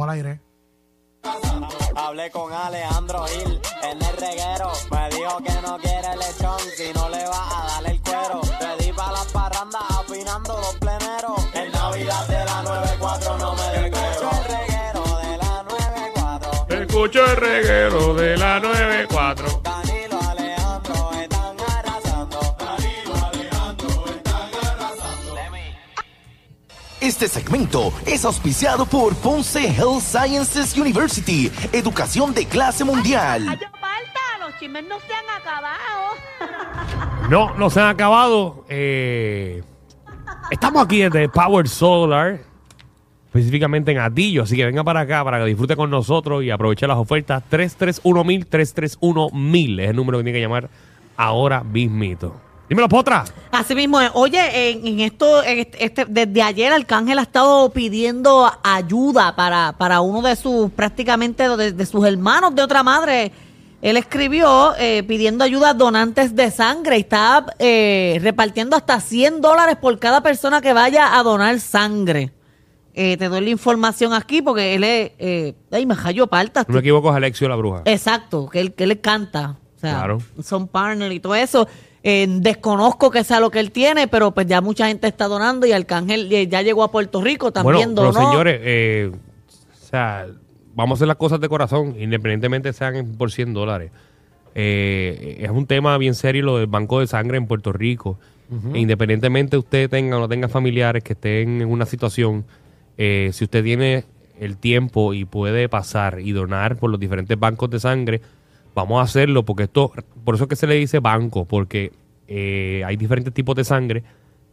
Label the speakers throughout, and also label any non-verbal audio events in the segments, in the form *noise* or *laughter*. Speaker 1: al aire.
Speaker 2: Hablé con Alejandro Gil en el reguero. Me dijo que no quiere lechón si no le va a dar el cuero. Te di pa' las parrandas afinando los pleneros. En Navidad de la 94 no me descuero. El reguero de la 94.
Speaker 3: Escucho el reguero de la 94.
Speaker 2: Danilo Alejandro están arrasando. Danilo Alejandro están arrasando.
Speaker 4: Este segmento es auspiciado por Ponce Health Sciences University, educación de clase mundial.
Speaker 5: Ay, falta, los chismes no se han acabado.
Speaker 3: No, no se han acabado. Eh, estamos aquí desde Power Solar, específicamente en Atillo. Así que venga para acá para que disfrute con nosotros y aproveche las ofertas. 331 331 es el número que tiene que llamar ahora mismito. Dímelo, Potra.
Speaker 6: Así mismo, es. oye, en, en esto, en este, este- desde ayer Arcángel ha estado pidiendo ayuda para, para uno de sus, prácticamente de, de sus hermanos de otra madre. Él escribió eh, pidiendo ayuda a donantes de sangre y está eh, repartiendo hasta 100 dólares por cada persona que vaya a donar sangre. Eh, te doy la información aquí porque él es... eh, ay, me cayó palta.
Speaker 3: No me equivoco, es Alexio la Bruja.
Speaker 6: Exacto, que él, que él canta. O sea,
Speaker 3: Claro.
Speaker 6: Son partner y todo eso. Eh, desconozco que sea lo que él tiene, pero pues ya mucha gente está donando y Arcángel eh, ya llegó a Puerto Rico también
Speaker 3: bueno,
Speaker 6: donó.
Speaker 3: pero señores, eh, o sea, vamos a hacer las cosas de corazón, independientemente sean por 100 dólares. Eh, es un tema bien serio lo del banco de sangre en Puerto Rico. E Independientemente usted tenga o no tenga familiares que estén en una situación, eh, si usted tiene el tiempo y puede pasar y donar por los diferentes bancos de sangre, vamos a hacerlo porque esto, por eso es que se le dice banco, porque eh, hay diferentes tipos de sangre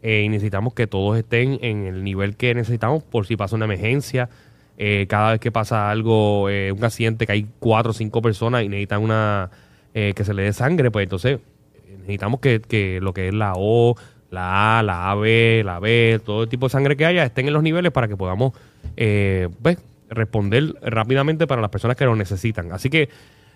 Speaker 3: eh, y necesitamos que todos estén en el nivel que necesitamos por si pasa una emergencia. eh, cada vez que pasa algo, eh, un accidente, que hay cuatro o cinco personas y necesitan una eh, que se le dé sangre, pues entonces eh, necesitamos que, que lo que es la O, la A, la AB, la B, todo el tipo de sangre que haya estén en los niveles para que podamos eh, pues, responder rápidamente para las personas que lo necesitan. Así que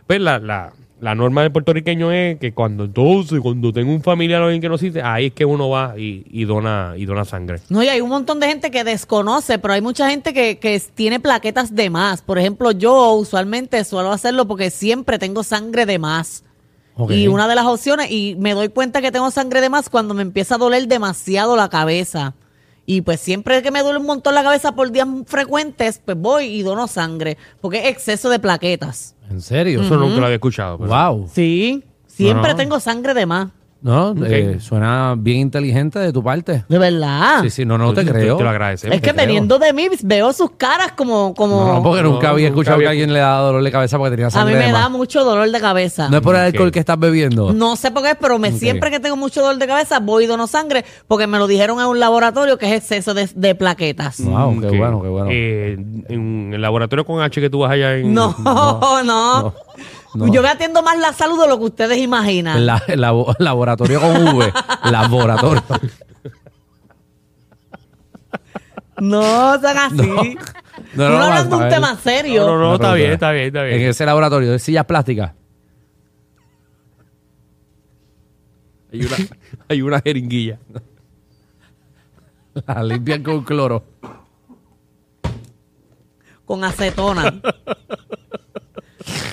Speaker 3: pues, la, la, la norma del puertorriqueño es que cuando entonces, cuando tengo un familiar o alguien que no existe, ahí es que uno va y, y dona, y dona sangre.
Speaker 6: No, y hay un montón de gente que desconoce, pero hay mucha gente que, que tiene plaquetas de más. Por ejemplo, yo usualmente suelo hacerlo porque siempre tengo sangre de más.
Speaker 3: Ok.
Speaker 6: Y una de las opciones, y me doy cuenta que tengo sangre de más cuando me empieza a doler demasiado la cabeza. Y pues siempre que me duele un montón la cabeza por días frecuentes, pues voy y dono sangre, porque es exceso de plaquetas.
Speaker 7: ¿En serio?
Speaker 3: Eso nunca lo había escuchado. pues. pero-
Speaker 7: Wow.
Speaker 6: Sí. Siempre
Speaker 7: No.
Speaker 6: tengo sangre de más.
Speaker 7: No, eh, suena bien inteligente de tu parte.
Speaker 6: De verdad.
Speaker 7: Sí, sí, no, no te
Speaker 3: Te- te-
Speaker 7: creo.
Speaker 3: te lo agradecemos.
Speaker 6: es que
Speaker 7: te creo.
Speaker 6: veniendo de mí veo sus caras como... como
Speaker 7: No, porque
Speaker 3: No,
Speaker 7: nunca había
Speaker 3: nunca
Speaker 7: escuchado
Speaker 3: había-
Speaker 7: que alguien le daba dolor de cabeza porque tenía
Speaker 6: a mí
Speaker 7: sangre
Speaker 6: me
Speaker 7: de
Speaker 6: da
Speaker 7: más.
Speaker 6: mucho dolor de cabeza.
Speaker 7: No es por el alcohol
Speaker 3: Ok.
Speaker 7: que estás bebiendo.
Speaker 6: No sé por qué, pero me siempre que tengo mucho dolor de cabeza voy y dono sangre porque me lo dijeron en un laboratorio que es exceso de, de plaquetas.
Speaker 7: Wow,
Speaker 3: Ok.
Speaker 7: qué bueno, qué bueno.
Speaker 3: Eh, en el laboratorio con H que tú vas allá en... *laughs*
Speaker 6: No, no,
Speaker 7: no.
Speaker 6: Yo me atiendo más la salud de lo que ustedes imaginan.
Speaker 7: La- labo- laboratorio con
Speaker 6: *laughs*
Speaker 7: V. laboratorio.
Speaker 6: No, sean así. No,
Speaker 7: No, no, no,
Speaker 6: hablando de un
Speaker 7: Rafael.
Speaker 6: tema serio.
Speaker 3: No, no, no,
Speaker 7: Una
Speaker 3: está bien,
Speaker 7: pregunta.
Speaker 3: está bien, está bien.
Speaker 7: En ese laboratorio de sillas plásticas.
Speaker 3: Hay, una, hay una
Speaker 7: *laughs*
Speaker 3: jeringuilla.
Speaker 7: Las limpian con cloro.
Speaker 6: Con acetona.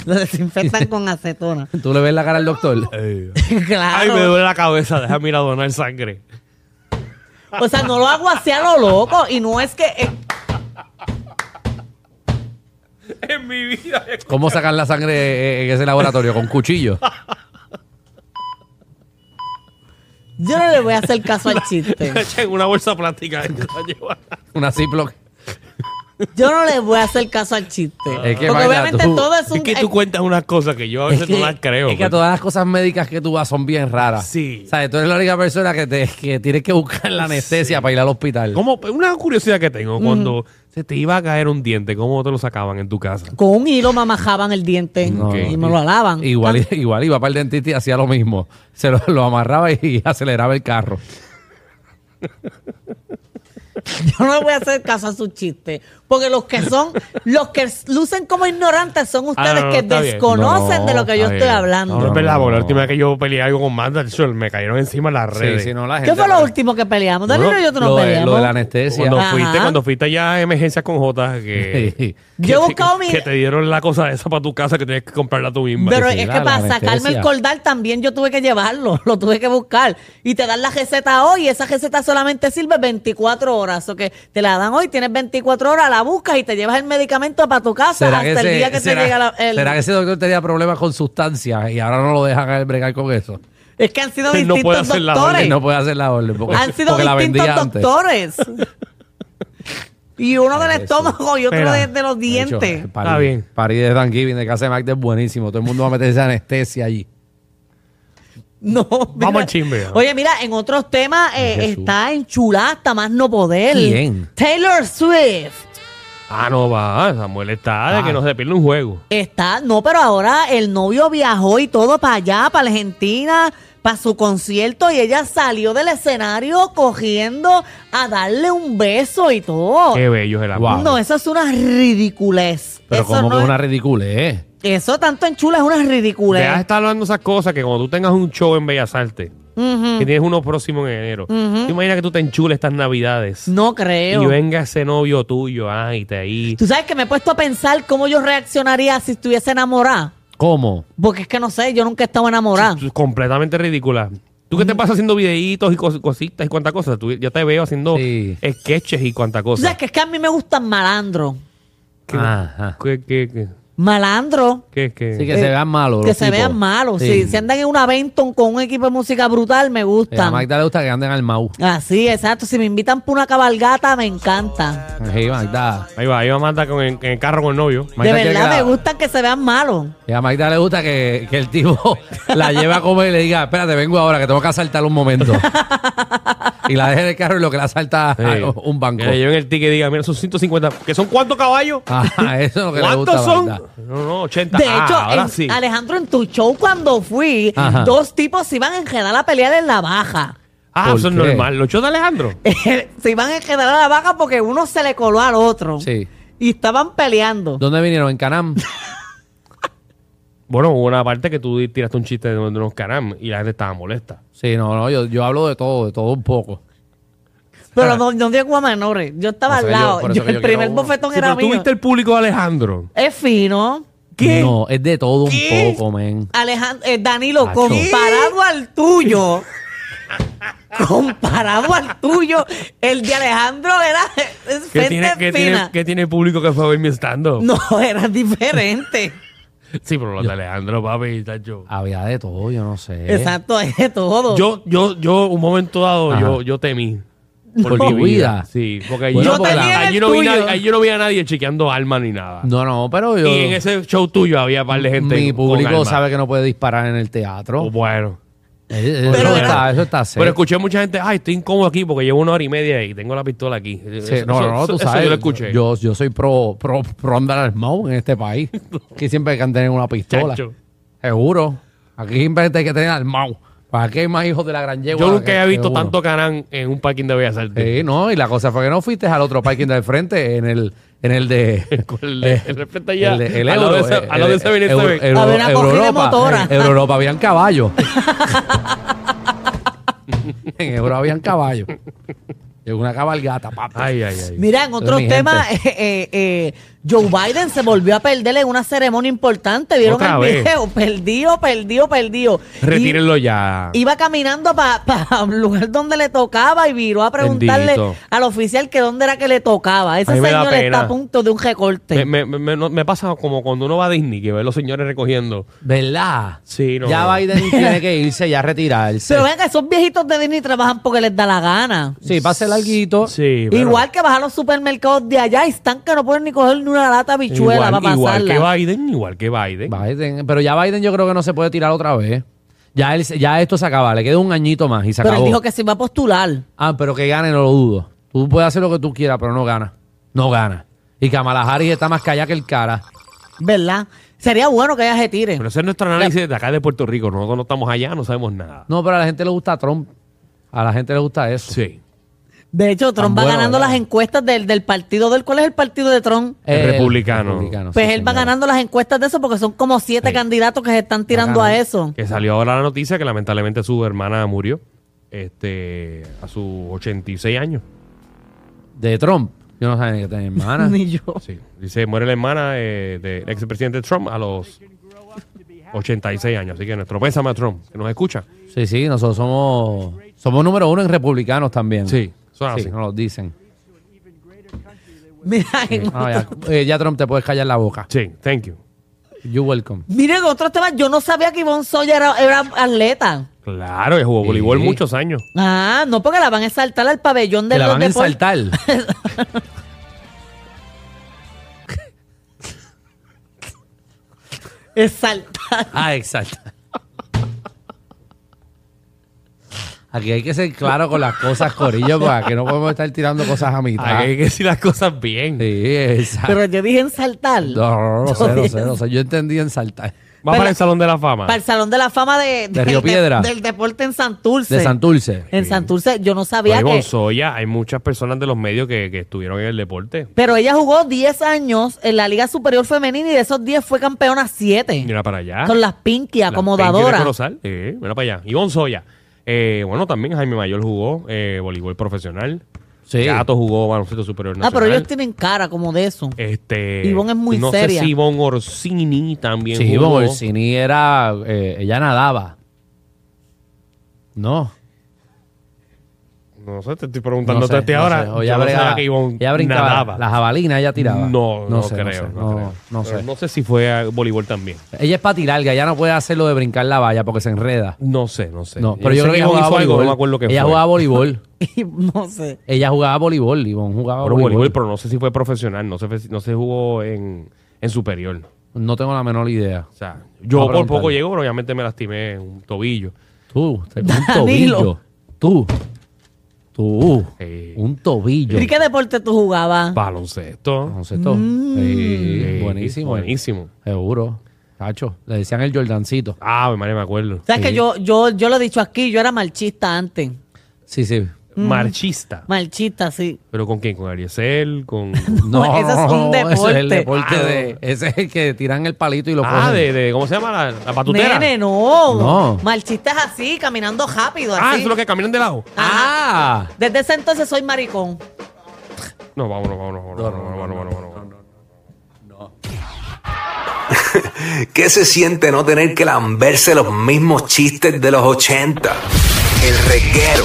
Speaker 6: lo desinfectan con acetona.
Speaker 7: Tú le ves la cara al doctor.
Speaker 6: claro.
Speaker 3: Ay, me duele la cabeza, déjame ir a donar sangre.
Speaker 6: O sea, no lo hago así a lo loco y no es que... eh,
Speaker 3: En mi vida.
Speaker 7: ¿Cómo sacan la sangre eh, en ese laboratorio? Con cuchillo.
Speaker 6: yo no le voy a hacer caso al chiste.
Speaker 3: *laughs* En una bolsa plástica. y te la llevan.
Speaker 7: Una Ziploc.
Speaker 6: Yo no le voy a hacer caso al chiste.
Speaker 7: Es que,
Speaker 6: porque
Speaker 7: Magda,
Speaker 6: obviamente
Speaker 7: tú-
Speaker 6: todo es un... eh,
Speaker 3: Es que tú cuentas unas cosas que yo a veces
Speaker 7: que-
Speaker 3: no las creo.
Speaker 7: Es que todas las cosas médicas que tú vas son bien raras.
Speaker 3: Sí.
Speaker 7: O sea, tú eres la única persona que, te, que tienes que buscar la anestesia para ir al hospital.
Speaker 3: Como una curiosidad que tengo, cuando se te iba a caer un diente, ¿cómo te lo sacaban en tu casa?
Speaker 6: con un hilo me amajaban el diente
Speaker 7: No,
Speaker 6: y
Speaker 7: no.
Speaker 6: me lo alaban.
Speaker 7: Igual, igual iba para el dentista y hacía lo mismo. *laughs* Se lo, lo amarraba y aceleraba el carro.
Speaker 6: Yo no voy a hacer caso a sus chistes. Porque los que son, los que lucen como ignorantes son
Speaker 3: Ah,
Speaker 6: ustedes
Speaker 3: no, no,
Speaker 6: que
Speaker 3: está bien.
Speaker 6: desconocen
Speaker 7: No,
Speaker 6: de lo que yo
Speaker 7: está
Speaker 6: estoy
Speaker 7: bien.
Speaker 3: No,
Speaker 6: hablando.
Speaker 3: no es verdad,
Speaker 7: No.
Speaker 3: porque la última vez que yo peleé algo con Manda, eso, me cayeron encima las
Speaker 7: Sí,
Speaker 3: redes.
Speaker 7: si no, la gente.
Speaker 6: ¿Qué fue lo último que peleamos? Danilo
Speaker 3: Bueno,
Speaker 6: y yo tú
Speaker 7: Lo
Speaker 6: nos Ah,
Speaker 7: de-
Speaker 6: peleamos.
Speaker 7: lo de la
Speaker 3: Cuando
Speaker 7: anestesia.
Speaker 6: Ajá.
Speaker 3: fuiste, cuando fuiste allá a emergencias con J, que,
Speaker 7: *laughs* Sí.
Speaker 3: que-
Speaker 6: Yo he buscado mi-
Speaker 3: que te dieron la cosa esa para tu casa que tenías que comprarla tú misma.
Speaker 6: Pero
Speaker 7: Sí,
Speaker 6: es
Speaker 7: la-
Speaker 6: que
Speaker 7: la
Speaker 6: para sacarme el
Speaker 7: anestesia.
Speaker 6: cordal también yo tuve que llevarlo, *laughs* lo tuve que buscar. Y te dan la receta hoy, y esa receta solamente sirve 24 horas. O que te la dan hoy, tienes 24 horas, la buscas y te llevas el medicamento para tu casa hasta el
Speaker 7: ese-
Speaker 6: día que
Speaker 7: será-
Speaker 6: te llega la- el...
Speaker 7: será que ese doctor tenía problemas con sustancias y ahora no lo dejan bregar con eso?
Speaker 6: Es que han sido
Speaker 3: No
Speaker 6: distintos
Speaker 3: puede hacer la
Speaker 6: doctores.
Speaker 3: orden,
Speaker 7: No puede hacer la orden porque,
Speaker 6: han sido
Speaker 7: porque la
Speaker 6: distintos
Speaker 7: vendía antes.
Speaker 6: doctores. y uno del estómago y otro
Speaker 3: Espera.
Speaker 6: de, de los
Speaker 7: De hecho,
Speaker 6: dientes.
Speaker 7: el party-
Speaker 3: Está bien.
Speaker 7: Party de Thanksgiving de Casa de Magda es buenísimo. Todo el mundo va a meterse anestesia allí.
Speaker 6: No.
Speaker 3: Vamos al chisme, ¿no?
Speaker 6: Oye, mira, en otros temas eh,
Speaker 7: Jesús.
Speaker 6: está en chulá hasta más no poder.
Speaker 7: ¿Quién?
Speaker 6: Taylor Swift.
Speaker 3: Ah, no, va, Samuel está de
Speaker 7: Ah.
Speaker 3: que no se pierde un juego.
Speaker 6: Está, no, pero ahora el novio viajó y todo para allá, para Argentina, para su concierto y ella salió del escenario cogiendo a darle un beso y todo.
Speaker 3: Qué bello es el amor.
Speaker 7: Wow.
Speaker 6: Oh. No, eso es una ridiculez.
Speaker 7: Pero
Speaker 6: eso, no
Speaker 7: como que es
Speaker 6: es-
Speaker 7: una ridícula, ¿eh?
Speaker 6: eso tanto en chula es una ridiculez.
Speaker 3: Deja de estar hablando esas cosas que cuando tú tengas un show en Bellas Artes,
Speaker 6: Ujú.
Speaker 3: que tienes uno próximo en enero, te imaginas que tú te enchules estas navidades
Speaker 6: No
Speaker 3: y
Speaker 6: creo.
Speaker 3: venga ese novio tuyo, ay, te ahí.
Speaker 6: Tú sabes que me he puesto a pensar cómo yo reaccionaría si estuviese enamorada.
Speaker 7: ¿Cómo?
Speaker 6: Porque es que no sé, yo nunca he estado enamorada.
Speaker 3: Tú- Completamente ridícula. ¿Tú qué
Speaker 6: Mm.
Speaker 3: te pasas haciendo videitos y cos- cositas y cuánta cosa? Tú, yo te veo haciendo
Speaker 7: Sí.
Speaker 3: sketches y cuánta
Speaker 6: Tú sabes
Speaker 3: cosa.
Speaker 6: que es que a mí me gustan malandros.
Speaker 3: ¿Qué-
Speaker 7: Ajá.
Speaker 3: Ah. ¿Qué, qué, qué,
Speaker 6: Malandros.
Speaker 3: qué, qué?
Speaker 7: Sí, que
Speaker 6: Eh,
Speaker 7: se vean malos.
Speaker 6: Que
Speaker 7: los
Speaker 6: se
Speaker 7: tipos.
Speaker 6: vean malos.
Speaker 7: Sí.
Speaker 6: Si, si andan en una Benton con un equipo de música brutal, me
Speaker 7: Sí, a
Speaker 6: gustan.
Speaker 7: Magda le gusta que anden al mau.
Speaker 6: Así, exacto. Si me invitan por una cabalgata, me encanta.
Speaker 7: Sí, Magda.
Speaker 3: Ahí va, ahí va Magda con el, en el carro con el novio.
Speaker 6: De
Speaker 7: Magda quiere
Speaker 6: verdad,
Speaker 7: que la-
Speaker 6: me gustan que se vean malos.
Speaker 7: Y a Magda le gusta que, que el tipo *laughs* la lleve a comer y le diga, espérate, vengo ahora, que tengo que asaltar
Speaker 6: *laughs*
Speaker 7: un momento. y la deje en el carro y lo que la asalta
Speaker 3: Sí.
Speaker 7: Ah, un banco. Ah,
Speaker 3: Que le lleven el ticket y digan, mira, son 150. ¿Que son cuántos caballos?
Speaker 7: Ajá, eso es lo que le gusta.
Speaker 3: ¿Cuántos
Speaker 7: a
Speaker 3: son?
Speaker 7: Magda.
Speaker 3: No, no, 80.
Speaker 6: De
Speaker 3: Ah,
Speaker 6: hecho,
Speaker 3: ahora
Speaker 6: en-
Speaker 3: sí.
Speaker 6: Alejandro, en tu show cuando fui,
Speaker 7: Ajá.
Speaker 6: dos tipos se iban a enredar a pelear en la baja. *laughs*
Speaker 3: Ah,
Speaker 7: ¿Por
Speaker 3: eso es
Speaker 7: qué?
Speaker 3: normal. ¿Los shows de Alejandro?
Speaker 6: se iban a enredar a la baja porque uno se le coló al otro.
Speaker 7: Sí.
Speaker 6: Y estaban peleando.
Speaker 7: ¿Dónde vinieron? ¿En Canam?
Speaker 3: *laughs* Bueno, hubo una parte que tú tiraste un chiste de, de unos caram y la gente estaba molesta.
Speaker 7: Sí, no, no, yo, yo hablo de todo, de todo un poco.
Speaker 6: Pero no, no dio agua menores. Yo estaba al
Speaker 7: Por eso que yo-
Speaker 6: lado.
Speaker 7: por eso
Speaker 6: Yo-
Speaker 7: que
Speaker 6: el
Speaker 7: yo
Speaker 6: primer
Speaker 7: quiero uno.
Speaker 6: bofetón
Speaker 3: Sí,
Speaker 6: era
Speaker 3: pero tú
Speaker 6: mío.
Speaker 3: viste el público de Alejandro.
Speaker 6: Es fino.
Speaker 7: No, es de todo
Speaker 3: ¿Qué?
Speaker 7: un poco, men.
Speaker 6: Alejandro, eh, Danilo,
Speaker 7: Acho.
Speaker 6: comparado al tuyo. *laughs* comparado al tuyo, el de Alejandro era es
Speaker 3: ¿Qué
Speaker 6: gente
Speaker 3: tiene, qué tiene,
Speaker 6: fina.
Speaker 3: qué tiene el público que fue a ver mi estando?
Speaker 6: No, era diferente.
Speaker 3: Sí, pero los de Alejandro, papi, tacho.
Speaker 6: Ah.
Speaker 7: Había de todo, yo no sé.
Speaker 6: Exacto, *laughs* es de todo.
Speaker 3: ¿Eh? Yo, yo, yo, un momento dado,
Speaker 7: Ajá.
Speaker 3: yo, yo temí.
Speaker 7: Por tu vida.
Speaker 3: Sí, porque
Speaker 7: Bueno,
Speaker 3: allí-
Speaker 7: porque
Speaker 3: allí
Speaker 7: la-
Speaker 3: allí no vi
Speaker 6: tuyo.
Speaker 3: nadie- allí no vi a nadie chequeando alma ni nada.
Speaker 7: No, no, pero yo...
Speaker 3: Y en ese show tuyo había un par de gente.
Speaker 7: mi
Speaker 3: con
Speaker 7: público
Speaker 3: alma.
Speaker 7: sabe que no puede disparar en el teatro.
Speaker 3: Oh, bueno.
Speaker 7: Eh, eh,
Speaker 6: Pero
Speaker 7: eso,
Speaker 6: era-
Speaker 7: está, eso está
Speaker 3: Pero
Speaker 7: serio.
Speaker 3: escuché mucha gente, ay, estoy incómodo aquí porque llevo una hora y media y tengo la pistola aquí.
Speaker 7: Sí,
Speaker 3: Eso-
Speaker 7: no,
Speaker 3: eso-
Speaker 7: no, no,
Speaker 3: eso-
Speaker 7: tú
Speaker 3: eso
Speaker 7: sabes.
Speaker 3: Yo lo escuché.
Speaker 7: Yo, yo soy pro, pro, pro andar armado en
Speaker 3: *laughs*
Speaker 7: este país. Aquí siempre hay que tener una pistola.
Speaker 3: Chacho.
Speaker 7: Seguro. Aquí siempre hay que tener armado. ¿Para qué hay más hijos de la gran yegua?
Speaker 3: Yo nunca
Speaker 7: ah, que-
Speaker 3: había visto
Speaker 7: seguro.
Speaker 3: tanto canán en un parking de Bellas Artes.
Speaker 7: Sí, Eh, no, y la cosa fue que no fuiste al otro parking del frente, en el, en el de...
Speaker 3: *laughs*
Speaker 7: eh,
Speaker 3: Con el de- el de frente allá,
Speaker 7: el de- el
Speaker 3: al lado de
Speaker 7: Euro,
Speaker 3: ese- al lado de
Speaker 7: eh,
Speaker 3: ese Venezuela.
Speaker 7: Euro- Euro-
Speaker 6: Había una cogida de
Speaker 7: Europa,
Speaker 6: motora.
Speaker 7: En Europa habían caballos. *laughs* en Europa habían caballos. Es una cabalgata, papá.
Speaker 3: Ay, ay, ay.
Speaker 6: Mira, en otros
Speaker 7: mi
Speaker 6: temas, eh, eh, eh, Joe Biden se volvió a perder en una ceremonia importante. ¿Vieron
Speaker 3: Otra
Speaker 6: el
Speaker 3: vez.
Speaker 6: video? *laughs* Perdido, perdido, perdido. Y-
Speaker 3: Retírenlo ya.
Speaker 6: Iba caminando *laughs* para un lugar donde le tocaba y viró a preguntarle
Speaker 3: Bendito.
Speaker 6: al oficial que dónde era que le tocaba.
Speaker 3: A
Speaker 6: Ese
Speaker 3: mí me da
Speaker 6: señor está
Speaker 3: pena.
Speaker 6: a punto de un recorte.
Speaker 3: Me, me- me- no- me pasa como cuando uno va a Disney, que ve a los señores recogiendo.
Speaker 7: ¿Verdad?
Speaker 3: Sí, no.
Speaker 6: *laughs*
Speaker 7: Ya Biden tiene que irse, ya retirarse.
Speaker 6: Pero ven que esos viejitos de Disney trabajan porque les da la gana.
Speaker 7: sí, pase larguito.
Speaker 3: Sí, pero-
Speaker 6: Igual que bajar los supermercados de allá y están que no pueden ni coger ni una lata de bichuela para
Speaker 3: igual
Speaker 6: pasarla.
Speaker 3: que Biden, igual que Biden.
Speaker 7: Biden, pero ya Biden yo creo que no se puede tirar otra vez. Ya, él, se- ya esto se acaba, le queda un añito más y se
Speaker 6: Pero él
Speaker 7: acabó.
Speaker 6: dijo que se iba a postular.
Speaker 7: Ah, pero que gane, no lo dudo. Tú puedes hacer lo que tú quieras, pero no gana. No gana. Y Kamala Harris está más callada que el cara.
Speaker 6: ¿Verdad? Sería bueno que ella se tire.
Speaker 3: Pero ese es nuestro análisis de acá de Puerto Rico. Nosotros no estamos allá, no sabemos nada.
Speaker 7: No, pero a la gente le gusta Trump. A la gente le gusta eso.
Speaker 3: Sí.
Speaker 6: De hecho,
Speaker 7: Tan
Speaker 6: Trump va
Speaker 7: bueno,
Speaker 6: ganando
Speaker 7: ¿verdad?
Speaker 6: las encuestas del, del partido del. ¿Cuál es el partido de Trump?
Speaker 3: El republicano.
Speaker 6: Pues
Speaker 7: sí,
Speaker 6: él va
Speaker 7: señora.
Speaker 6: ganando las encuestas de eso porque son como siete
Speaker 3: Sí.
Speaker 6: candidatos que se están tirando a
Speaker 7: ganando.
Speaker 6: eso.
Speaker 3: Que salió ahora la noticia que lamentablemente su hermana murió este a sus 86 años.
Speaker 7: De Trump. Yo no sabía que tenía hermana.
Speaker 6: *laughs* Ni yo.
Speaker 3: Sí. Dice, muere la hermana eh, del expresidente Trump a los 86 años. Así que nuestro pésame a Trump, que nos escucha.
Speaker 7: Sí, sí, nosotros somos somos número uno en republicanos también.
Speaker 3: Sí, eso es
Speaker 7: Sí,
Speaker 3: así.
Speaker 7: nos
Speaker 6: *laughs*
Speaker 7: lo dicen.
Speaker 6: *laughs* Mira, en
Speaker 7: Ah,
Speaker 6: otro-
Speaker 7: ya, eh, ya, Trump, te puedes callar la boca.
Speaker 3: Sí, thank you.
Speaker 7: You welcome.
Speaker 6: Mira, en otros temas, yo no sabía que Ivonne Soya era, era atleta.
Speaker 3: Claro, que jugó
Speaker 7: Sí.
Speaker 3: voleibol muchos años.
Speaker 6: Ah, no, porque la van a saltar al pabellón de
Speaker 7: Te la
Speaker 6: los
Speaker 7: van a
Speaker 6: deportes.
Speaker 7: ensaltar.
Speaker 6: *laughs* Exaltar.
Speaker 7: ah, exacto. Aquí hay que ser claro con las cosas, Corillo, porque aquí no podemos estar tirando cosas a mitad.
Speaker 3: Hay que decir las cosas bien.
Speaker 7: Sí,
Speaker 6: *laughs*
Speaker 7: exacto.
Speaker 6: Pero yo dije ensaltar.
Speaker 7: No, no, no,
Speaker 6: Yo
Speaker 7: sé, no
Speaker 6: dije-
Speaker 7: sé, no sé. Yo entendí ensaltar.
Speaker 3: Va
Speaker 6: Pero-
Speaker 3: para el Salón de la Fama.
Speaker 6: Para el Salón de la Fama de, del-
Speaker 7: Río Piedra.
Speaker 6: del deporte en Santurce.
Speaker 7: De Santurce.
Speaker 6: En Santurce, yo no sabía
Speaker 3: Oye,
Speaker 6: que...
Speaker 3: Gonzoya, hay muchas personas de los medios que, que estuvieron en el deporte.
Speaker 6: Pero ella jugó 10 años en la Liga Superior Femenina y de esos 10 fue campeona 7.
Speaker 3: Mira para allá.
Speaker 6: Son las Pinky,
Speaker 3: La Pinky de
Speaker 6: acomodadoras.
Speaker 3: Corozal. Sí, mira para allá. Ivonne Soya. Eh, bueno, también Jaime Mayor jugó eh, voleibol profesional.
Speaker 7: Sí.
Speaker 3: Gato jugó baloncesto superior
Speaker 6: Ah,
Speaker 3: nacional.
Speaker 6: pero ellos tienen cara como de eso. *laughs*
Speaker 3: Este,
Speaker 6: Ivonne es muy
Speaker 3: no
Speaker 6: seria.
Speaker 3: sé si Ivonne Orsini también
Speaker 7: Sí,
Speaker 3: jugó.
Speaker 7: porque Orsini era. eh, ella nadaba. No.
Speaker 3: No sé, te estoy
Speaker 7: No
Speaker 3: preguntando
Speaker 7: sé,
Speaker 3: a ti
Speaker 7: no
Speaker 3: ahora.
Speaker 7: sé.
Speaker 3: Yo
Speaker 7: O
Speaker 3: No
Speaker 7: ella
Speaker 3: sabía
Speaker 7: brega-
Speaker 3: que Ivonne
Speaker 7: ella brincaba.
Speaker 3: nadaba.
Speaker 7: La jabalina ella tiraba.
Speaker 3: No, no,
Speaker 7: sé,
Speaker 3: creo.
Speaker 7: sé,
Speaker 3: no, creo.
Speaker 7: no
Speaker 3: Pero
Speaker 7: sé.
Speaker 3: no sé si fue a voleibol también.
Speaker 7: Ella es patilarga, ella no puede hacer lo de brincar la valla porque se enreda.
Speaker 3: No sé, no sé.
Speaker 7: No, pero
Speaker 3: sé
Speaker 7: yo, creo que ella
Speaker 3: Ivonne
Speaker 7: jugaba
Speaker 3: hizo algo,
Speaker 7: voleibol.
Speaker 3: no me acuerdo qué
Speaker 7: ella
Speaker 3: fue.
Speaker 7: jugaba voleibol.
Speaker 6: no sé.
Speaker 7: Ella jugaba voleibol, Ivonne jugaba
Speaker 3: Pero
Speaker 7: voleibol.
Speaker 3: voleibol, pero no sé si fue profesional, no sé, no se jugó en, en superior.
Speaker 7: No tengo la menor idea.
Speaker 3: O sea, yo
Speaker 7: Vamos a
Speaker 3: por poco
Speaker 7: preguntarle.
Speaker 3: llego, pero obviamente me lastimé en un tobillo.
Speaker 7: Tú,
Speaker 3: *laughs*
Speaker 7: te- un
Speaker 6: Danilo.
Speaker 7: tobillo. Tú. Tú.
Speaker 3: Sí.
Speaker 7: Un tobillo.
Speaker 6: ¿Y qué deporte tú jugabas?
Speaker 3: Baloncesto.
Speaker 7: Baloncesto.
Speaker 6: Mm.
Speaker 7: Sí,
Speaker 3: Sí,
Speaker 7: buenísimo.
Speaker 3: Buenísimo.
Speaker 7: Seguro. Cacho. Le decían el Jordancito.
Speaker 3: Ah, mi madre, me acuerdo.
Speaker 6: ¿Sabes que yo, yo, yo lo he dicho aquí? Yo era marchista antes. *laughs*
Speaker 7: Sí, sí.
Speaker 3: Marchista.
Speaker 6: Marchista, sí.
Speaker 3: ¿Pero con quién? ¿Con Ariesel?
Speaker 6: *laughs*
Speaker 3: ¿Con...?
Speaker 6: No, ese es un
Speaker 7: *laughs* Ese es el
Speaker 6: deporte.
Speaker 7: deporte de- Ese es el que tiran el palito y lo
Speaker 3: ah,
Speaker 7: cogen.
Speaker 3: de, de- ¿Cómo se llama? La, la patutera.
Speaker 6: Nene, no.
Speaker 7: No.
Speaker 6: Marchista es así, caminando rápido.
Speaker 3: ah,
Speaker 6: así.
Speaker 3: eso es lo que caminan de lado.
Speaker 7: Ah.
Speaker 6: Desde ese entonces soy maricón.
Speaker 3: No, vámonos, vámonos, vámonos, vámonos, vámonos, vámonos, vámonos.
Speaker 1: ¿Qué se siente no tener que lamberse los mismos chistes de los 80? El reguero